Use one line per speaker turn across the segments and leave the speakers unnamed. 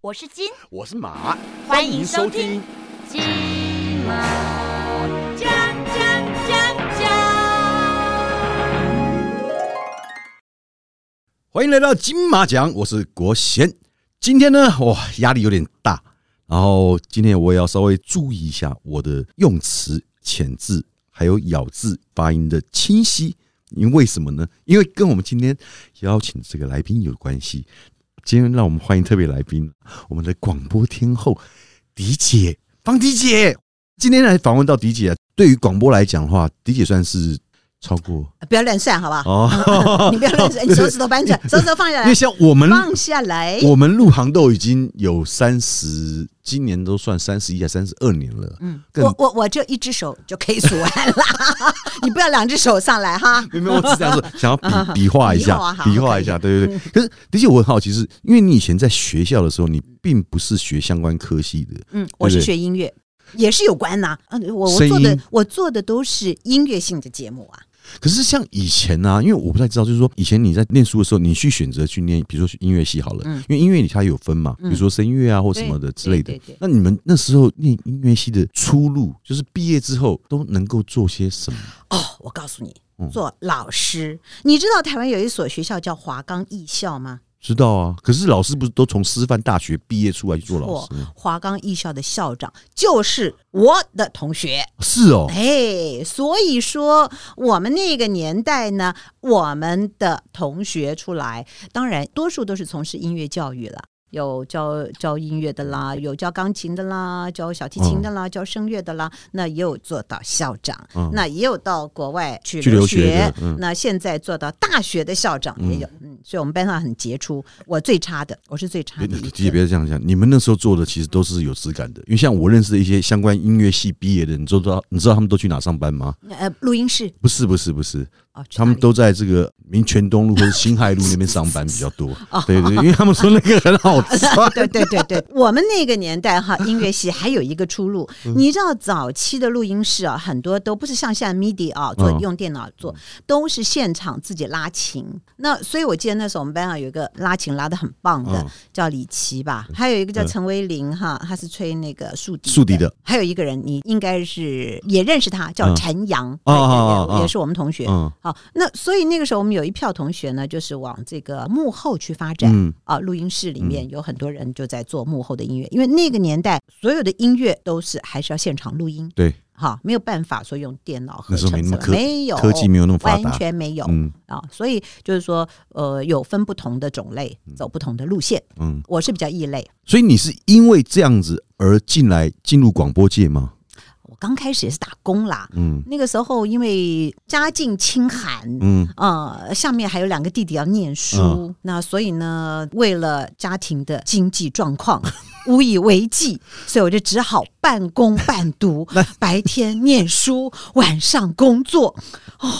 我是金，
我是马，
欢迎收听。金马奖奖奖奖。
欢迎来到金马奖，我是国贤。今天呢，哇，压力有点大，然后今天我也要稍微注意一下我的用词、遣字，还有咬字发音的清晰。因为什么呢？因为跟我们今天邀请这个来宾有关系。今天让我们欢迎特别来宾，我们的广播天后迪姐，方迪姐。今天来访问到迪姐啊，对于广播来讲的话，迪姐算是超过
不要乱算，好不好？
哦
你不要乱 算，你手指头搬出来，手指头放下
因为
来，
像我们
放下来。
我们入行都已经有三十，今年都算三十一还三十二年了。嗯，更
我我我就一只手就可以数完了， 你不要两只手上来哈。
没有没有，我只是这样 说，想要比比划一
比划
下，
好啊
比划一下，对对对。可是的确，我很好奇是，因为你以前在学校的时候，你并不是学相关科系的，
嗯，我是学音乐，也是有关呐、嗯，我我
声
做的
音
我做的都是音乐性的节目啊。
可是像以前呢、啊，因为我不太知道，就是说以前你在念书的时候，你去选择去念，比如说音乐系好了，因为音乐它有分嘛，比如说声乐啊或什么的之类的
嗯对对对。
那你们那时候念音乐系的出路，就是毕业之后都能够做些什么？
哦，我告诉你，
嗯
做老师，你知道台湾有一所学校叫华冈艺校吗？
知道啊，可是老师不是都从师范大学毕业出来去做老
错
师？，
华冈艺校的校长就是我的同学。
是哦，
哎，所以说我们那个年代呢，我们的同学出来，当然多数都是从事音乐教育了。有教教音乐的啦，
嗯
有教钢琴的啦，教小提琴的啦，教声乐的啦，那也有做到校长，
嗯
那也有到国外去
去
留
留学的嗯
那现在做到大学的校长也有，嗯所以我们班上很杰出，我最差的，我是最差
别
的一个，
别别这样讲，哎你们那时候做的其实都是有质感的，因为像我认识的一些相关音乐系毕业的，你知道你知道他们都去哪上班吗？
呃，录音室
不是不是不是，
哦，去
他
哪
们
里
都在这个民权东路或者新海路那边上班比较 多。对对，因为他们说那个很好吃。
哦对对对对，我们那个年代哈，音乐系还有一个出路。
嗯
你知道早期的录音室啊，很多都不是像现在 MIDI 啊，做
嗯
用电脑做，都是现场自己拉琴。那所以我记得那时候我们班上有一个拉琴拉的很棒的
嗯，
叫李琦吧，还有一个叫
嗯
陈威林哈，他是吹那个竖笛
竖笛的。
还有一个人你应该是也认识他，叫
嗯
陈阳，
哦
对对
哦哦
对
哦
也是我们同学。
嗯
好，那所以那个时候我们有一票同学呢，就是往这个幕后去发展。
嗯
啊，录音室里面有很多人就在做幕后的音乐，因为那个年代所有的音乐都是还是要现场录音，
对，
哈，没有办法说用电脑合
那时候
成
没那么
什么
科
没有
科技没有那么发达
完全没有、
嗯
啊，所以就是说，呃，有分不同的种类，走不同的路线。
嗯，
我是比较异类，
所以你是因为这样子而进来进入广播界吗？
我刚开始也是打工啦，
嗯
那个时候因为家境清寒，
嗯，
呃，下面还有两个弟弟要念书，
嗯
那所以呢，为了家庭的经济状况 无以为继，所以我就只好半工半 读，白天念书，晚上工作。哦，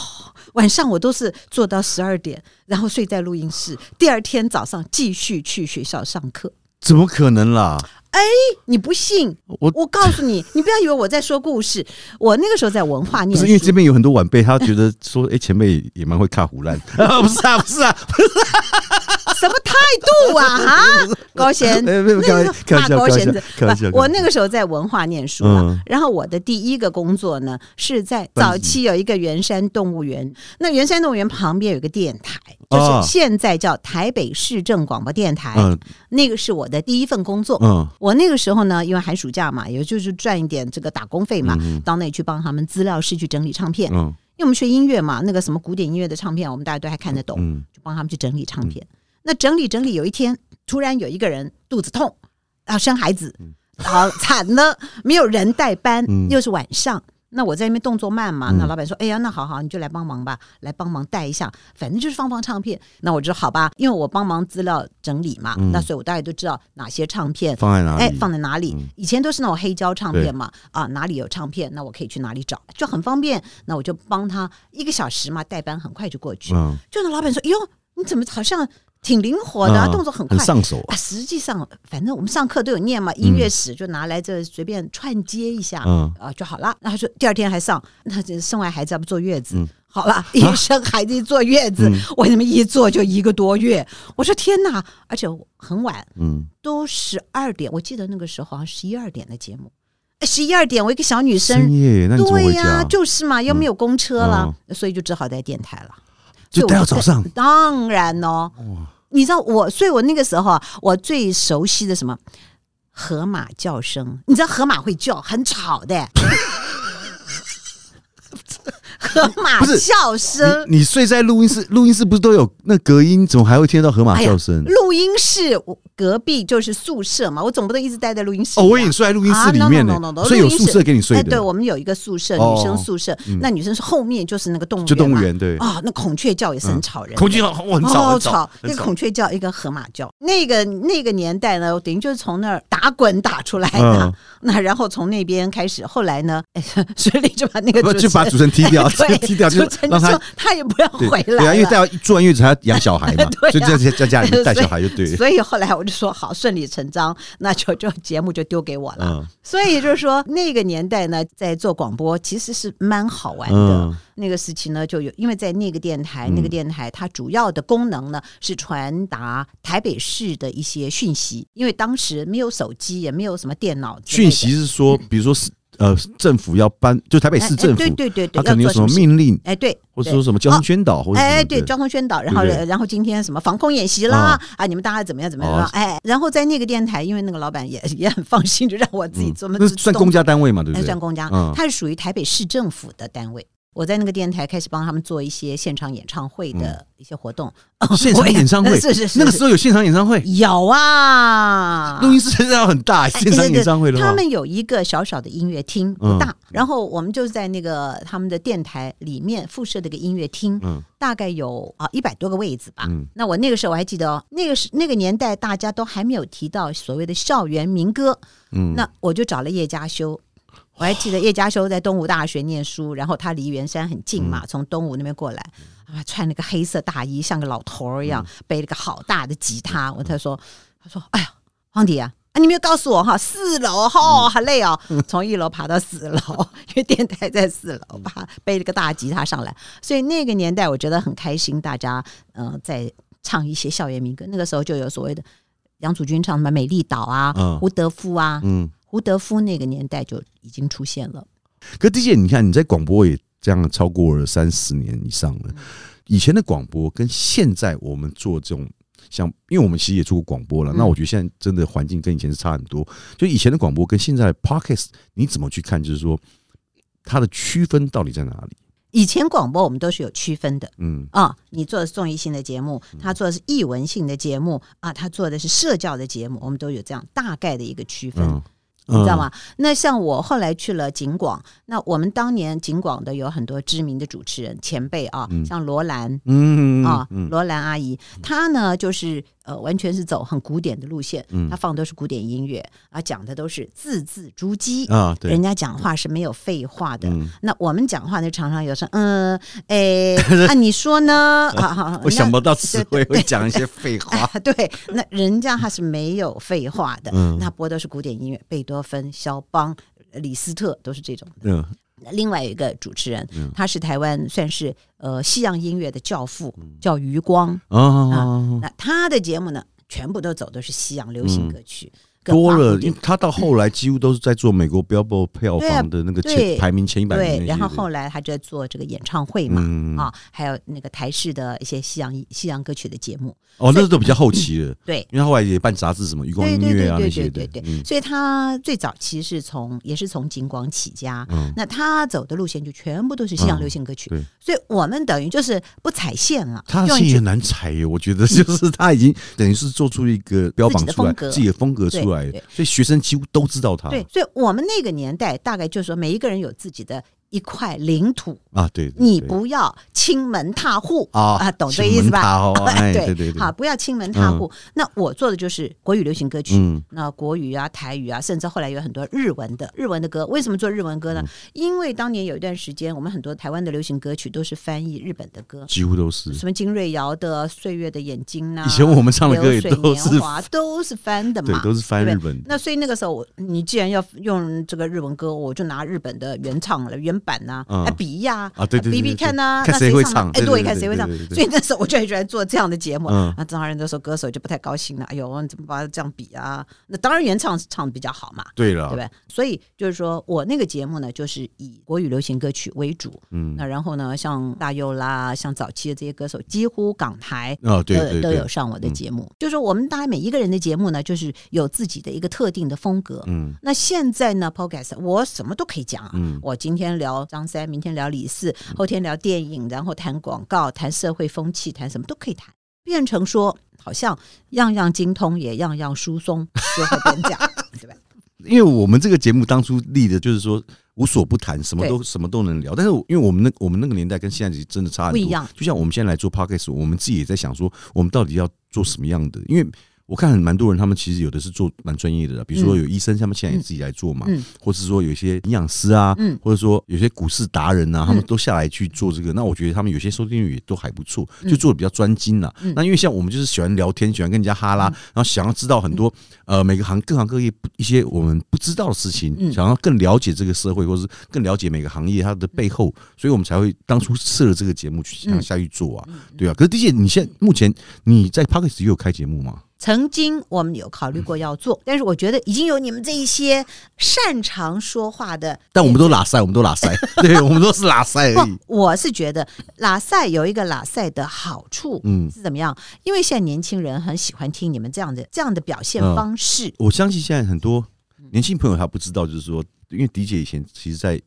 晚上我都是做到十二点，然后睡在录音室，第二天早上继续去学校上课。
怎么可能啦？
你不信？
我
我告诉你，你不要以为我在说故事。我那个时候在文化
不
念书，
是因为这边有很多晚辈，他觉得说，哎、前辈也蛮会看胡烂 啊，不是啊，不是啊，
什么态 度啊？哈，高贤，
哎
那
没有
个
开玩
时候
开玩笑开
骂高
玩笑
贤子
开玩笑开玩笑
不我那个时候在文化念书啊
嗯，
然后我的第一个工作呢是在
翻译
早期有一个圆山动物园，那圆山动物园旁边有一个电台，就是现在叫台北市政广播电台，
啊嗯
那个是我的第一份工作。
嗯
我那个时候呢，因为寒暑假嘛，也就是赚一点这个打工费嘛，到那里去帮他们资料室去整理唱片。
嗯
因为我们学音乐嘛，那个什么古典音乐的唱片，我们大家都还看得懂，
嗯
就帮他们去整理唱片。那整理整理，有一天突然有一个人肚子痛，啊，生孩子，
嗯
好惨了， 没有人代班，又是晚上。那我在那边动作慢
嗯
嘛，那老板说：“哎呀，那好好，你就来帮忙吧，来帮忙带一下，反正就是放放唱片。”那我就说好吧，因为我帮忙资料整理嘛，那所以我大概都知道哪些唱片
嗯放在哪里？嗯
哎，放在哪里？以前都是那种黑胶唱片嘛，啊，哪里有唱片，那我可以去哪里找，就很方便。那我就帮他一个小时嘛，代班很快就过去。
嗯
就那老板说：“哟，你怎么好像挺灵活的、啊，
嗯
动作很快
很。上手
啊，实际上，反正我们上课都有念嘛，音乐史就拿来这随便串接一下，
嗯
啊就好了。那他说第二天还上，那这生完孩子还不坐月子，
嗯
好了，一生孩子一坐月子，
嗯
我他妈一坐就一个多月，我说天哪！而且我很晚，
嗯，
都十二点，我记得那个时候好像十一二点的节目，哎十一二点我一个小女
深
生，
夜那你怎么
对
回
呀、
家？嗯啊
就是嘛，又没有公车了，所以就只好在电台了。
就待到
所以
早
我
上，
当然哦，你知道我，所以我那个时候啊，我最熟悉的什么河马叫声，你知道河马会叫，很吵 的。河马
不是
叫声，
你你嗯睡在录音室，录音室不是都有那隔音，怎么还会听到河马叫声？
哎录音室我隔壁就是宿舍嘛，我总不能一直待在录音室
哦，
里啊。
我以为你睡在录音室里面呢、
啊、no, no, no, no, no,
所以有
录音室
宿舍给你睡
哎，对，
的，
我们有一个宿舍，
哦
女生宿舍，那女生是后面就是那个动物园嘛，
就动物园 对。嗯
啊、那孔雀叫也是很吵人的。哦
空气好，我很吵，
好
很吵
吵，，那
很
个
吵
孔雀叫，一个河马叫。那个那个年代呢，等于就是从那儿打滚打出来的。
嗯
那然后从那边开始，后来呢，哎、 所以就把那个
不
主
就把
持
主持人踢掉，
对
踢掉就
主持人
让
就
他
说他也不要
对
回来了。
对啊，因为带住完月子还要养小孩嘛，
对啊
所以在在在家里面带小 孩就对了。
所以后来我就说好，顺理成章，那就就节目就丢给我了。
嗯
所以就是说，那个年代呢，在做广播其实是蛮好玩的。
嗯
那个时期呢，就有因为在那个电台，那个电台它主要的功能呢是传达台北市的一些讯息，因为当时没有手机，也没有什么电脑之类
讯
的
息是说，比如说是呃，政府要颁，就台北市政
嗯哎哎
府，
对对对
他
对，
可能有
要做
什么命令，
哎对，
或者
对
说什么交通宣导，或者
哎，
什么
对，
的
交通宣导，然后
对不对
然后今天什么防空演习啦，啊，你们大家怎么样怎么样
哦？
哎，然后在那个电台，因为那个老板也也很放心，就让我自己
嗯
这么
那
自
算
动
公家单位嘛，对不
哎，
对
算？公家
嗯，
它是属于台北市政府的单位。我在那个电台开始帮他们做一些现场演唱会
嗯
的一些活动，
现 场演唱会
是是是，
那个时候有现场演唱 会，
有啊，
录音室要很
哎
大，现场演唱会的
他
话，
们有一个小小的音乐厅，
嗯
不大。然后我们就在那个他们的电台里面附设的一个音乐厅，
嗯
大概有啊一百多个位子吧。
嗯
那我那个时候我还记得哦，那个是那个年代大家都还没有提到所谓的校园民歌，
嗯，
那我就找了叶嘉修。我还记得叶嘉修在东吴大学念书，然后他离圆山很近
嗯
嘛，从东吴那边过来，啊，穿了个黑色大衣，像个老头儿一样，
嗯
背了个好大的吉他。我他说，他说，哎呀，皇帝啊，啊，你没有告诉我哈，四楼
嗯
哈，好 累哦，从一楼爬到四楼，因为电台在四楼，爬
嗯
背了个大吉他上来，所以那个年代我觉得很开心，大家嗯、呃在唱一些校园民歌，那个时候就有所谓的杨祖君唱什么《美丽岛》啊，
嗯
胡德夫啊，
嗯，
胡德夫那个年代就已经出现了。
可迪姐，你看你在广播也这样超过了三十年以上
嗯
了。以前的广播跟现在我们做这种像，因为我们其实也做过广播了。
嗯
那我觉得现在真的环境跟以前是差很多。就以前的广播跟现在的 podcast，你怎么去看？就是说它的区分到底在哪里？
以前广播我们都是有区分的
嗯
啊、你做的是综艺性的节目，他做的是艺文性的节目啊，他做的是社交的节目，我们都有这样大概的一个区分。
嗯，
你知道
嗯？
吗？那像我后来去了景广，那我们当年景广的有很多知名的主持人前辈啊，
嗯
像罗兰
嗯
啊
嗯，嗯
罗兰阿姨，她呢就是呃，完全是走很古典的路线，
嗯
她放都是古典音乐，啊，讲的都是字字珠玑，
啊，对
人，家讲话是没有废话的。
嗯，
那我们讲话呢，常常有时候， 嗯，哎，啊，你说呢？啊，好，好
我想
那
不到词汇
对对
会讲一些废话。
啊，对，那人家他是没有废话的，
嗯
那播的是古典音乐，贝多芬、肖邦、李斯特都是这种的。
嗯
另外有一个主持人，他是台湾算是呃西洋音乐的教父，
嗯
叫余光。
啊，
那他的节目呢，全部都走的是西洋流行歌曲，
嗯
跟
多
华
了，
古典
因为他到后来几乎都是在做美国 Billboard 票房的那个
对
前
啊
排名前一百名那些
对，
的。
然后后来他就在做这个演唱会嘛，
嗯
啊，还有那个台式的一些西洋西洋歌曲的节目，
哦，那都比较后期了，
对。
因为后来也办杂志什么《余光
对
音
对
乐》啊那
嗯对
些
对
的
对。对
嗯
对，所以他最早其实是从也是从景广起家，
嗯
那他走的路线就全部都是西洋流行歌曲
嗯，
所以我们等于就是不踩线了，
他的
用
线
一
也
句
很难踩耶，我觉 得就是他已经等于是做出一个标榜出来
自己的风格
自己的风格出来
对对，
所以学生几乎都知道他。
对，所以我们那个年代大概就是说每一个人有自己的一块领土，
啊，对，对
你
对
不要亲门踏户
啊
啊，懂这意思吧？
亲门踏户哎对对
对
对
好，不要亲门踏户。那我做的就是国语流行歌曲，
嗯
那国语啊、台语啊，甚至后来有很多日文的日文的歌。为什么做日文歌
嗯
呢？因为当年有一段时间，我们很多台湾的流行歌曲都是翻译日本的歌，
几乎都是。
什么金瑞瑶的《岁月的眼睛》啊呐，
以前我们唱的歌也都
流
是
水年华都是翻的
对
嘛，，
都是翻
对
日
不对
本的。
那所以那个时候我，你既然要用这个日文歌，我就拿日本的原唱了，原版呐、
嗯
啊比呀、
啊对对对
比
对
比
对
看呐、
看
那
谁会
唱
唱
嘛
对
哎，
对
对，看
对
谁
对
会唱
对对。对
所以那时候我就很喜欢做这样的节目。
嗯
啊，当然那时候歌手就不太高兴了，哎呦，你怎么把它这样比啊？那当然原唱唱的比较好嘛，
对
对
了，
不对？所以就是说我那个节目呢，就是以国语流行歌曲为主，
嗯，
那然后呢，像大佑啦，像早期的这些歌手，几乎港台
啊，对
都
对
都
对嗯
有，上我的节目。就是我们大家每一个人的节目呢，就是有自己的一个特定的风格。
嗯
那现在呢，Podcast 我什么都可以讲啊。
嗯
我今天聊张三，明天聊李四，后天聊电影，然后谈广告，谈社会风气，谈什么都可以谈，变成说好像样样精通，也样样疏松，就会变这样，对吧？
因为我们这个节目当初立的就是说无所不谈，什么都什么都能聊。但是我因为我们那我们那个年代跟现在真的差很多
不一样
就像我们现在来做 podcast，我们自己也在想说，我们到底要做什么样的？因为我看很蛮多人，他们其实有的是做蛮专业的啦，比如说有医生，他们现在也自己来做嘛，
嗯
或是说有一些营养师啊，
嗯
或者说有些股市达人啊，他们都下来去做这个。那我觉得他们有些收听率也都还不错，
嗯
就做的比较专精啦。那因为像我们就是喜欢聊天，喜欢跟人家哈拉，
嗯
然后想要知道很多呃每个行各行各业不一些我们不知道的事情，
嗯
想要更了解这个社会，或是更了解每个行业它的背后，所以我们才会当初设了这个节目去想
嗯
下去做啊，对啊。可是 DJ，你现在目前你在 p o d c a s t 也有开节目吗？
曾经我们有考虑
嗯
过要做，但是我觉得已经有你们这一些擅长说话的，
但我们都拉塞，我们都拉 塞，对，我们都是拉塞而已
不，。我是觉得拉塞有一个拉塞的好处，
嗯
是怎么样？因为现在年轻人很喜欢听你们这样的这样的表现
嗯
方式，
我相信现在很多年轻朋友他不知道，就是说，因为迪姐以前其实，在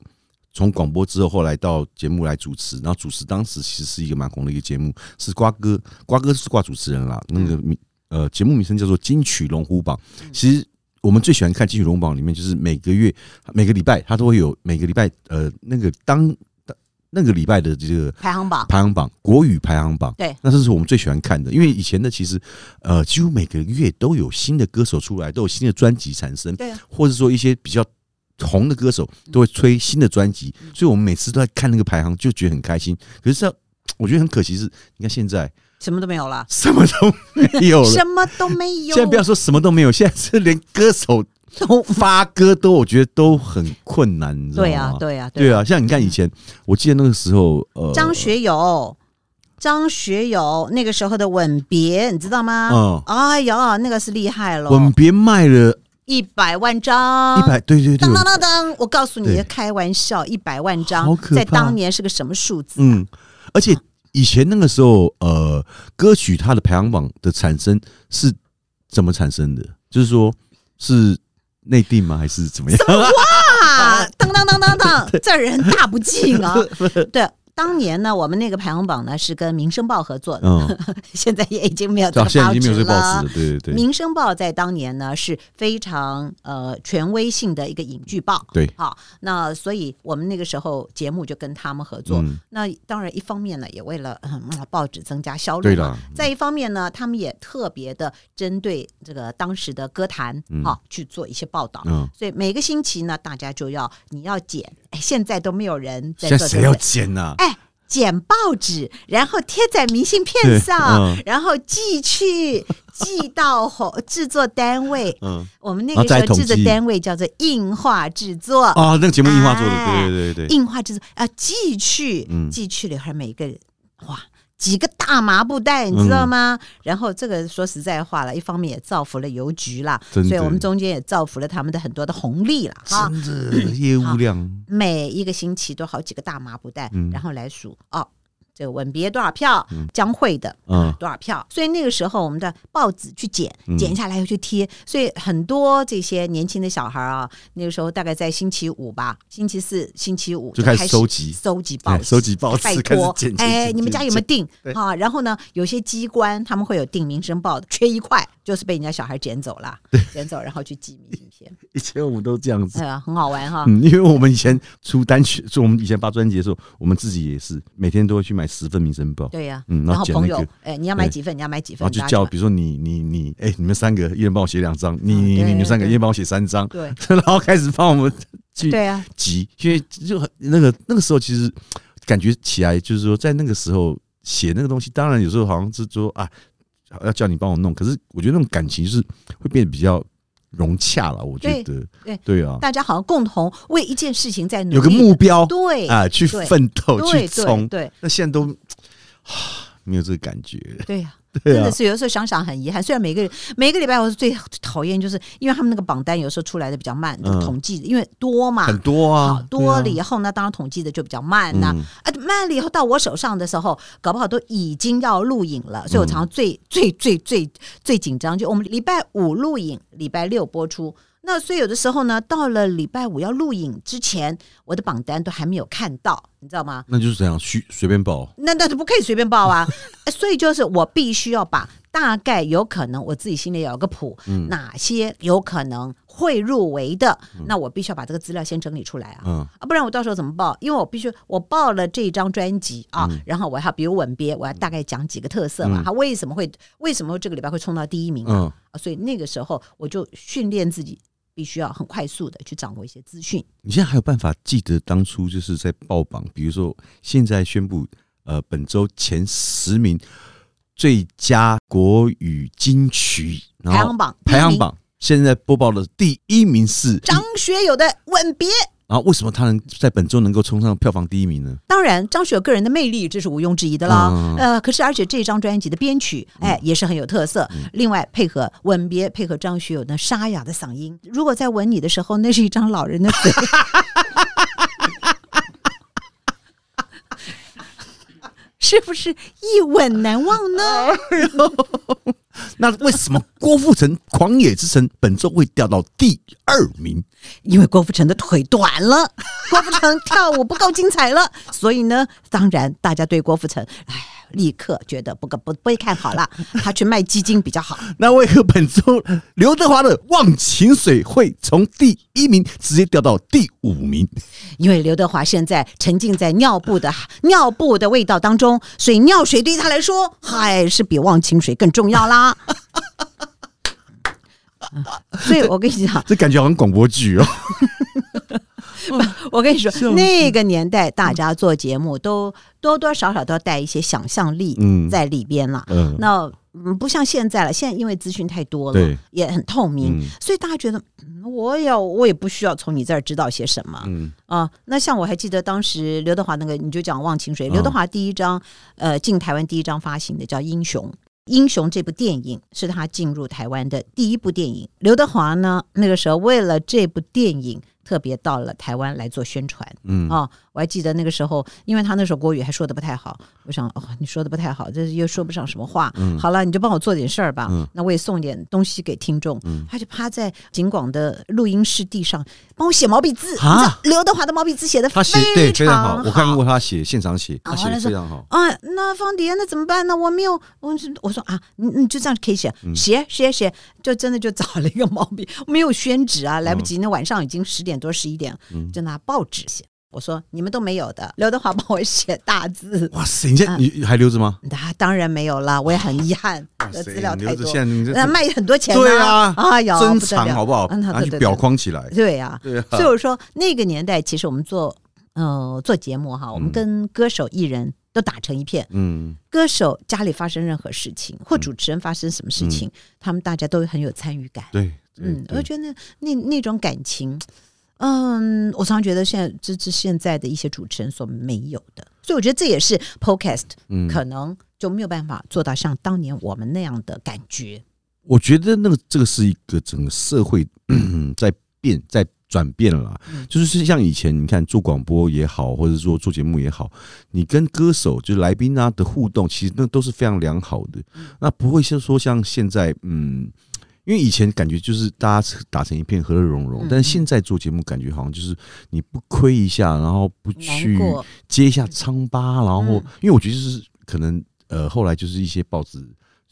从广播之后，后来到节目来主持，然后主持当时其实是一个蛮红的一个节目，是瓜哥，瓜哥是挂主持人啦。那个名呃，节目名称叫做《金曲龙虎榜》。其实我们最喜欢看《金曲龙虎榜》里面，就是每个月每个礼拜，它都会有每个礼拜呃那个当当那个礼拜的这个
排行榜
排行榜，国语排行榜。
对
那这是我们最喜欢看的，因为以前的其实，呃，几乎每个月都有新的歌手出来，都有新的专辑产生，
对啊
或者说一些比较红的歌手都会推新的专辑，
嗯
所以我们每次都在看那个排行，就觉得很开心。可是啊我觉得很可惜是，你看现在
什么都没有了，
什么都没有了
什，么都没有。
现在不要说什么都没有，现在是连歌手
都
发歌都我觉得都很困难，你知道吗？
对啊，对啊，
对
啊。
啊，像你看以前，我记得那个时候，呃，
张学友，张学友那个时候的吻别，你知道吗？
嗯
哎呀，那个是厉害了，
吻别卖了。
一百万张，
一百对对对
当，当当当！我告诉
对
你，开玩笑，一百万
好
张
可怕
在当年是个什么数字？
嗯，而且以前那个时候，呃，歌曲它的排行榜的产生是怎么产生的？就是说是内地吗？还是怎么样？
啊，当当当当当， 这人大不敬啊！对，当年呢，我们那个排行榜呢是跟《民生报》合作的，
嗯，
现在也已经没有这
对啊，
个
现在已经没有这个
了。
报纸了，对对对，
民生报》在当年呢是非常呃权威性的一个影剧报，
对
好，那所以我们那个时候节目就跟他们合作。
嗯
那当然，一方面呢，也为了、嗯、报纸增加销
对嗯
量
啦
嘛，再一方面呢，他们也特别的针对这个当时的歌坛啊、
嗯
去做一些报道。
嗯，
所以每个星期呢，大家就要你要剪，哎，现在都没有人在
现
做
在
这
谁
个
要剪啊呐？
哎，剪报纸，然后贴在明信 片上，
对
然后寄去寄到红制作单 位。
嗯，
我们那
然后
个
再
时候
统
制作
计
单位叫做印画制作。
哦，那个节目樱花做的，
哎
对对对对，
印花制作啊，寄去
嗯，
寄去了，还每个人哇。几个大麻布袋，你知
嗯
道吗？然后这个说实在话了，一方面也造福了邮局啦，
真的
所以我们中间也造福了他们的很多的红利啦。哈。
真的业务量，
每一个星期都好几个大麻布袋，
嗯
然后来数哦，这个吻别多少票，将会的
嗯
多少票，所以那个时候我们的报纸去剪
嗯，
剪下来又去贴，所以很多这些年轻的小孩啊，那个时候大概在星期五吧，星期四、星期五
就开
开
始收集
收集报
哎
纸，
收集报纸
拜
开始
托
剪，剪
哎，
剪
你们
剪
家有没有
剪
订
对
啊？然后呢，有些机关他们会有订《民生报》的，缺一块就是被人家小孩捡走了， 捡走然后去寄明信片，
以前我们都这样子
哎。呀，很好玩哈。
嗯，因为我们以前出单曲，就我们以前发专辑的时候，我们自己也是每天都会去买十份民生报，
对呀、
嗯然
然
后
后
捡
朋
那
友
个，
哎，你要买
对
几份，你要买几
然后
份，
就
大家
叫，
买
比如说你你你，哎、你们三个一人帮我写两张，你
嗯
你
对
你们三个
对
一人帮我写三张，
对
然后开始帮我们去
对啊，
集，因为就很那个那个时候其实感觉起来就是说，在那个时候写那个东西，当然有时候好像是说啊，要叫你帮我弄，可是我觉得那种感情是会变得比较融洽了，我觉
对
得
对
对啊，
大家好像共同为一件事情在努力，
有个目标
对
啊，去
对
奋斗去
对对
冲，
对
那现在都 没有这个感觉了，
对呀、
对
真
啊
的，是有的时候想想很遗憾。虽然每个每个礼拜我是最讨厌，就是因为他们那个榜单有时候出来的比较慢，
嗯
统计的因为多嘛，
很多啊，
好多了
对
以
啊
后呢，当然统计的就比较慢呐、
嗯
啊，慢了以后到我手上的时候，搞不好都已经要录影了，所以我
嗯
常常最、最最最最紧张，就我们礼拜五录影，礼拜六播出。那所以有的时候呢，到了礼拜五要录影之前，我的榜单都还没有看到，你知道吗？
那就是这样，随随便报，
那那不可以随便 报啊！所以就是我必须要把大概有可能我自己心里有个谱，
嗯
哪些有可能会入围的，那我必须要把这个资料先整理出来啊。
嗯
啊，不然我到时候怎么报？因为我必须我报了这一张专辑啊，然后我还比如吻别，我要大概讲几个特色嘛，它为什么会为什么这个礼拜会冲到第一名啊？
嗯，
啊所以那个时候我就训练自己，必须要很快速的去掌握一些资讯。
你现在还有办法记得当初就是在爆榜，比如说现在宣布呃本周前十名最佳国语金曲，然
排
后
行榜第一
排行
名
榜现在播报的第一名是
张学友的《吻别》，
然后为什么他能在本周能够冲上票房第一名呢？
当然，张学友个人的魅力这是毋庸置疑的啦。
嗯
呃，可是而且这张专辑的编曲，哎，也是很有特色。另外配合《吻别》，配合张学友那沙哑的嗓音，如果在吻你的时候，那是一张老人的嘴。 是不是一吻难忘呢？
那为什么郭富城《狂野之城》本周会掉到第二名？
因为郭富城的腿短了， 郭富城跳舞不够精彩了，所以呢，当然大家对郭富城，哎，立刻觉得不够不不会看好了， 他去卖基金比较好。
那为何本周刘德华的《忘情水》会从第一名直接掉到第五名？
因为刘德华现在沉浸在尿布的尿布的味道当中，所以尿水对他来说还是比忘情水更重要啦。 嗯所以我跟你讲，
这感觉好像广播剧哦。
我跟你
是
说，
吗
那个年代大家做节目都多多少少都要带一些想象力
嗯
在里边了。
嗯，
那嗯，不像现在了，现在因为资讯太多
对
了，也很透明，
嗯
所以大家觉得嗯我也我也不需要从你这儿知道些什么。
嗯
啊，那像我还记得当时刘德华那个，你就讲《忘情水》，
嗯
刘德华第一张、呃进台湾第一张发行的叫《英雄》。《英雄》这部电影是他进入台湾的第一部电影。刘德华呢，那个时候为了这部电影，特别到了台湾来做宣传。
嗯
啊、我还记得那个时候，因为他那时候国语还说的不太好，我想哦，你说的不太好，这又说不上什么话。好了，你就帮我做点事儿吧。
嗯
那我也送点东西给听众。他就趴在警广的录音室地上，帮我写毛笔字。你知
啊
道刘德华的毛笔字写的
他写对非常
常
好，我看过他写现场写，他
哦
写的
那是
非常好。
啊，那方迪，那怎么办呢？我没有，我是我说啊，你你就这样可以写，
嗯
写写写，就真的就找了一个毛笔，没有宣纸啊，来不
嗯
及。那晚上已经十点多十一点了，就拿报纸写。我说你们都没有的，刘德华帮我写大字，
哇塞，你
嗯
现在你还留着吗？
那当然没有了，我也很遗憾，
哇
这
塞
资料
你
太
留着
多，
现在你这
那卖很多钱
对
啊
啊，，
哎呀，
珍
不得
藏
了
好不好？
嗯那
拿
对
去
对
裱
对
框起来。
对呀、
对啊
所以我说那个年代，其实我们做呃做节目哈，我们跟歌手艺人都打成一片。
嗯，
歌手家里发生任何事情，或主持人发生什么事情，他们大家都很有参与感。
嗯对，
嗯，我
对
就觉得那那那种感情，嗯，我常常觉得现在这这现在的一些主持人所没有的，所以我觉得这也是 Podcast
嗯
可能就没有办法做到像当年我们那样的感觉。
我觉得那个这个是一个整个社会 在变，在转变了啦，
嗯
就是是像以前你看做广播也好，或者说做节目也好，你跟歌手就是来宾啊的互动，其实那都是非常良好的，
嗯
那不会是说像现在，嗯，因为以前感觉就是大家打成一片和乐融
嗯
融，但是现在做节目感觉好像就是你不亏一下，然后不去
难过
揭一下疮疤，然
嗯
后因为我觉得就是可能呃后来就是一些报纸。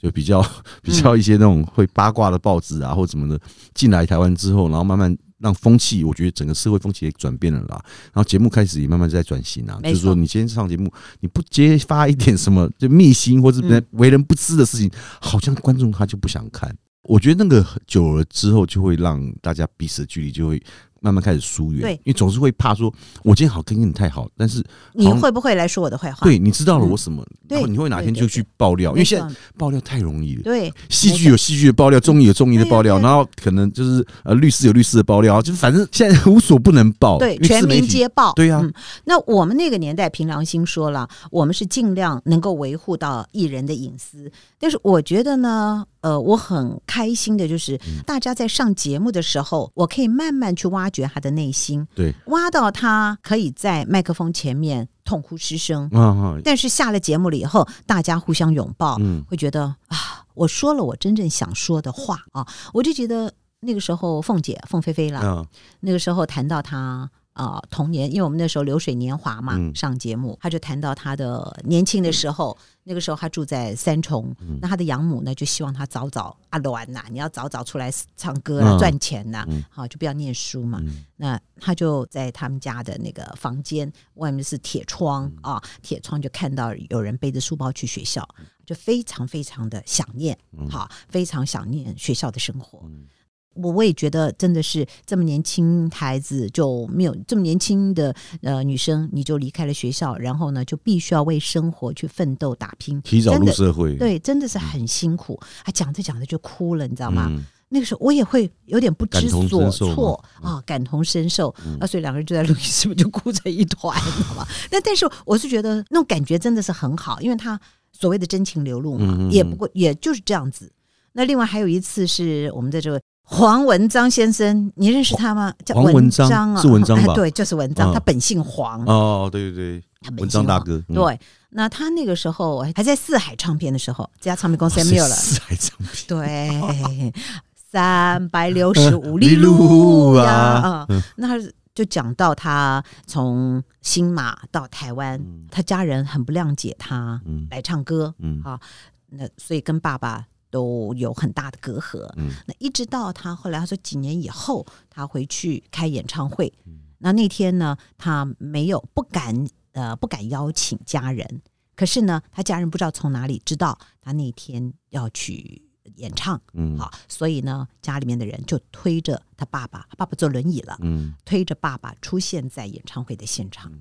就比较 比较
嗯
一些那种会八卦的报纸啊，或怎么的，进来台湾之后，然后慢慢让风气，我觉得整个社会风气也转变了啦。然后节目开始也慢慢在转型啊，就
没错
是说你今天上节目，你不揭发一点什么就秘辛或者
嗯
为人不知的事情，好像观众他就不想看。我觉得那个久了之后，就会让大家彼此的距离就会慢慢开始疏远，
对
因为总是会怕说，我今天好跟你太好，但是
你
好像
会不会来说我的坏话？
对你知道了
嗯
我什么，
对
然后你会哪天
对
就去爆料，因为
没错，
现在爆料太容易了。
对
戏剧有戏剧的爆料，综艺有综艺的爆料，
对啊对
然后可能就是呃律师有律师的爆料，就反正现在无所不能爆，
对
因为
全
自媒
民
体
皆报，
对啊
嗯，那我们那个年代，凭良心说了，我们是尽量能够维护到艺人的隐私。但是我觉得呢，呃，我很开心的就是，
嗯
大家在上节目的时候，我可以慢慢去挖掘他的内心，
对
挖到他可以在麦克风前面痛哭失声，
啊啊，
但是下了节目了以后，大家互相拥抱，
嗯
会觉得啊，我说了我真正想说的话啊，我就觉得那个时候凤姐凤飞飞啦，
啊
那个时候谈到他啊、呃童年，因为我们那时候流水年华嘛，
嗯
上节目他就谈到他的年轻的时候，那个时候他住在三重，
嗯
那他的养母呢就希望他早早啊卵呐、你要早早出来唱歌啊，
嗯
赚钱呐、啊
嗯
好、就不要念书嘛。
嗯
那他就在他们家的那个房间外面是铁窗
嗯
啊，铁窗就看到有人背着书包去学校，就非常非常的想念，
嗯
好，非常想念学校的生活。我我也觉得真的是这么年轻孩子就没有这么年轻的呃女生你就离开了学校，然后呢就必须要为生活去奋斗打拼，
提早
真
入
的
社会，
对，真的是很辛苦。啊，讲着讲着就哭了，你知道
嗯，
吗？那个时候我也会有点不知
感同
所
身受嗯
措啊，感同身受啊，所以两个人就在录音室里面就哭成一团， 你知道吗？那但是我是觉得那种感觉真的是很好，因为他所谓的真情流露嘛，
嗯嗯嗯
也不过也就是这样子。那另外还有一次是我们在这位黄文章先生，你认识他吗？叫
黄文章
章啊，
是文章吧
对，就是文章，
嗯
他本姓黄，
哦，对对
他
对，
本
文
姓
章大
黄。
哥，嗯，
对，那他那个时候还在四海唱片的时候，这家唱片公司
哇
还
塞
没有了，
哦四海唱片，
对，三百六十五 里路呀啊，那就讲到他从新马到台湾，他家人很不谅解他
嗯
来唱歌，
嗯
啊，那所以跟爸爸都有很大的隔阂。
嗯
那一直到他后来，他说几年以后他回去开演唱会，那那天呢，他没有不敢呃不敢邀请家人，可是呢，他家人不知道从哪里知道他那天要去演唱，
嗯
好，所以呢，家里面的人就推着他爸爸，爸爸坐轮椅了，
嗯
推着爸爸出现在演唱会的现场。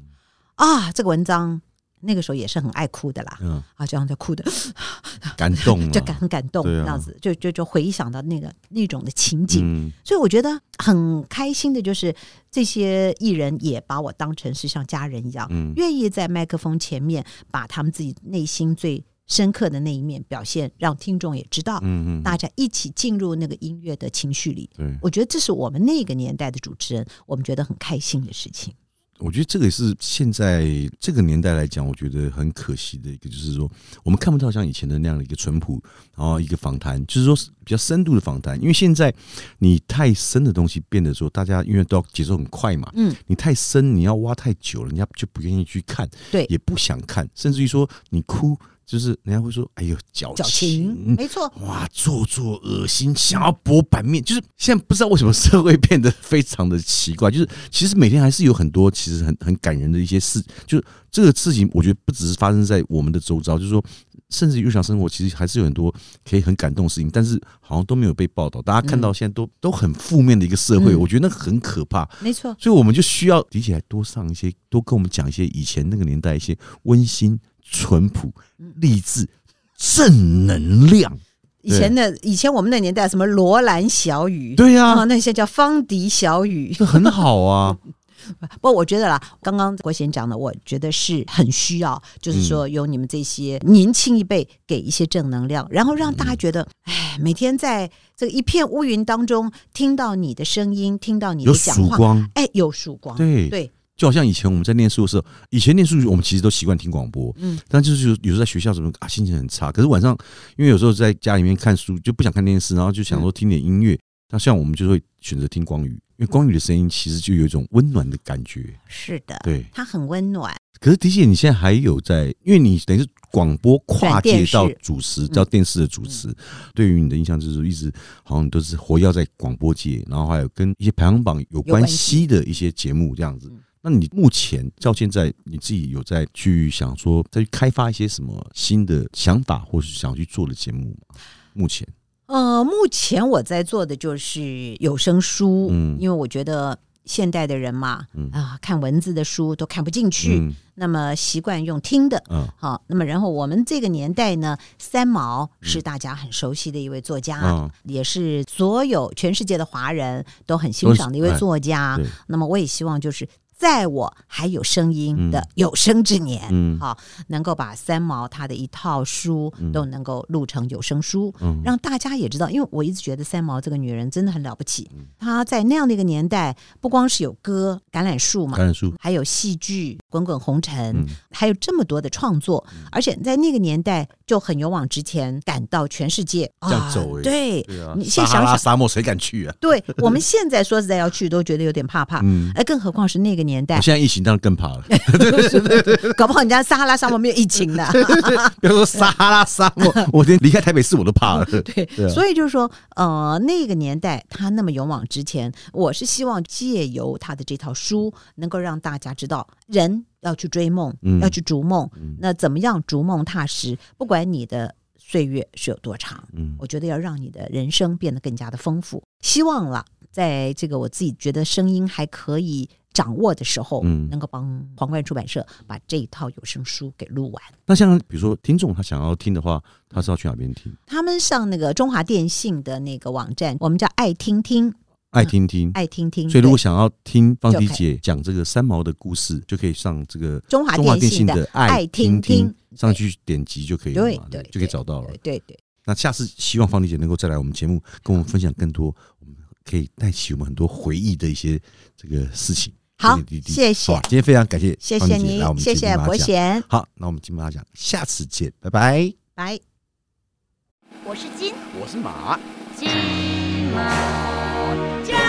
啊，这个文章那个时候也是很爱哭的啦，
嗯，
啊，这样在哭的，
感动了，
就感很感动，
对啊
这样子就就就回想到那个那种的情景，
嗯
所以我觉得很开心的就是这些艺人也把我当成是像家人一样，
嗯
愿意在麦克风前面把他们自己内心最深刻的那一面表现，让听众也知道，
嗯嗯，
大家一起进入那个音乐的情绪里。
对，
我觉得这是我们那个年代的主持人，我们觉得很开心的事情。
我觉得这个也是现在这个年代来讲，我觉得很可惜的一个，就是说我们看不到像以前的那样的一个淳朴，然后一个访谈，就是说是比较深度的访谈。因为现在你太深的东西变得说，大家因为都要节奏很快嘛，
嗯，
你太深，你要挖太久了，人家就不愿意去看，
对
也不想看，甚至于说你哭，就是人家会说：“哎呦，矫
矫情，没错，
哇，做作、恶心，想要博版面，就是现在不知道为什么社会变得非常的奇怪。就是其实每天还是有很多其实很很感人的一些事，就是这个事情，我觉得不只是发生在我们的周遭，就是说，甚至于日常生活，其实还是有很多可以很感动的事情，但是好像都没有被报道。大家看到现在都、都很负面的一个社会，
嗯
我觉得那很可怕。
没错，
所以我们就需要理解多上一些，多跟我们讲一些以前那个年代一些温馨、淳朴、励志、正能量。
以前的以前我们那年代什么罗兰小雨，啊
对呀、
啊，那些叫方迪小雨，
这很好啊。
不过我觉得啦，刚刚国贤讲的，我觉得是很需要，就是说
嗯
有你们这些年轻一辈给一些正能量，然后让大家觉得，哎，每天在这个一片乌云当中听到你的声音，听 到你的
有
讲
曙
话，
光，
哎，有曙光，
对
对，
就好像以前我们在念书的时候，以前念书我们其实都习惯听广播，
嗯，
但就是有有时候在学校什么啊心情很差，可是晚上因为有时候在家里面看书就不想看电视，然后就想说听点音乐，那像我们就会选择听光宇，因为光宇的声音其实就有一种温暖的感觉。
是的，
对，
它很温暖，
可是迪姐你现在还有在，因为你等于是广播跨界到
转电视嗯
主持，到电视的主持，对于你的印象就是一直好像你都是活跃在广播界，然后还有跟一些排行榜有关系的一些节目这样子
嗯。
那你目前到现在，你自己有在去想说再去开发一些什么新的想法，或是想去做的节目吗？目前，
呃，目前我在做的就是有声书，
嗯
因为我觉得现代的人嘛，
嗯
啊，看文字的书都看不进去，
嗯
那么习惯用听的。
嗯
好，那么然后我们这个年代呢，三毛是大家很熟悉的一位作家，
嗯
也是所有全世界的华人都很欣赏的一位作家
哎对。
那么我也希望就是在我还有声音的
嗯
有生之年，
嗯
好，能够把三毛他的一套书都能够录成有声书，
嗯
让大家也知道。因为我一直觉得三毛这个女人真的很了不起，
嗯
她在那样的一个年代，不光是有歌《橄榄树》嘛
橄，榄树，
还有戏剧《滚滚红尘》
嗯
还有这么多的创作，而且在那个年代就很勇往直前，赶到全世界
这样
啊
走欸
对，
对啊
你现
撒哈
在想
拉
想，
沙漠谁敢去啊？
对我们现在说实在要去都觉得有点怕怕，
嗯，
哎，更何况是那个年代
我，现在疫情当然更怕了。
搞不好人家撒哈拉沙漠没有疫情 呢。
不要说撒哈拉沙漠，我连离开台北市我都 怕了。对啊
所以就是说，呃，那个年代他那么勇往直前，我是希望借由他的这套书，能够让大家知道，人要去追梦，
嗯
要去逐梦。
嗯
那怎么样逐梦踏实？不管你的岁月是有多长，
嗯
我觉得要让你的人生变得更加的丰富。希望了，在这个我自己觉得声音还可以。掌握的时候，
嗯
能够帮皇冠出版社把这一套有声书给录完。
那像比如说听众他想要听的话，他是要去哪边听？
他们上那个中华电信的那个网站，我们叫爱听听，
爱听听。
爱听听。
所以
对
如果想要听方迪姐讲这个三毛的故事，就可以上这个
中华
中华电
电信
的
的
爱
爱
听
听
听
听
上去点击就可以了
对
嘛，
对，
就可以找到了
对。对对，
那下次希望方迪姐能够再来我们节目，跟我们分享更多，我们可以带起我们很多回忆的一些这个事情。
好
点点滴滴
谢谢
好吧今天非常感谢
谢
方
谢
迪姐
你
来我，们
谢
节目
谢
马
伯
甲
贤，
好，那我们金马奖下次见，拜拜。
拜。
我是金
我是马。
金毛将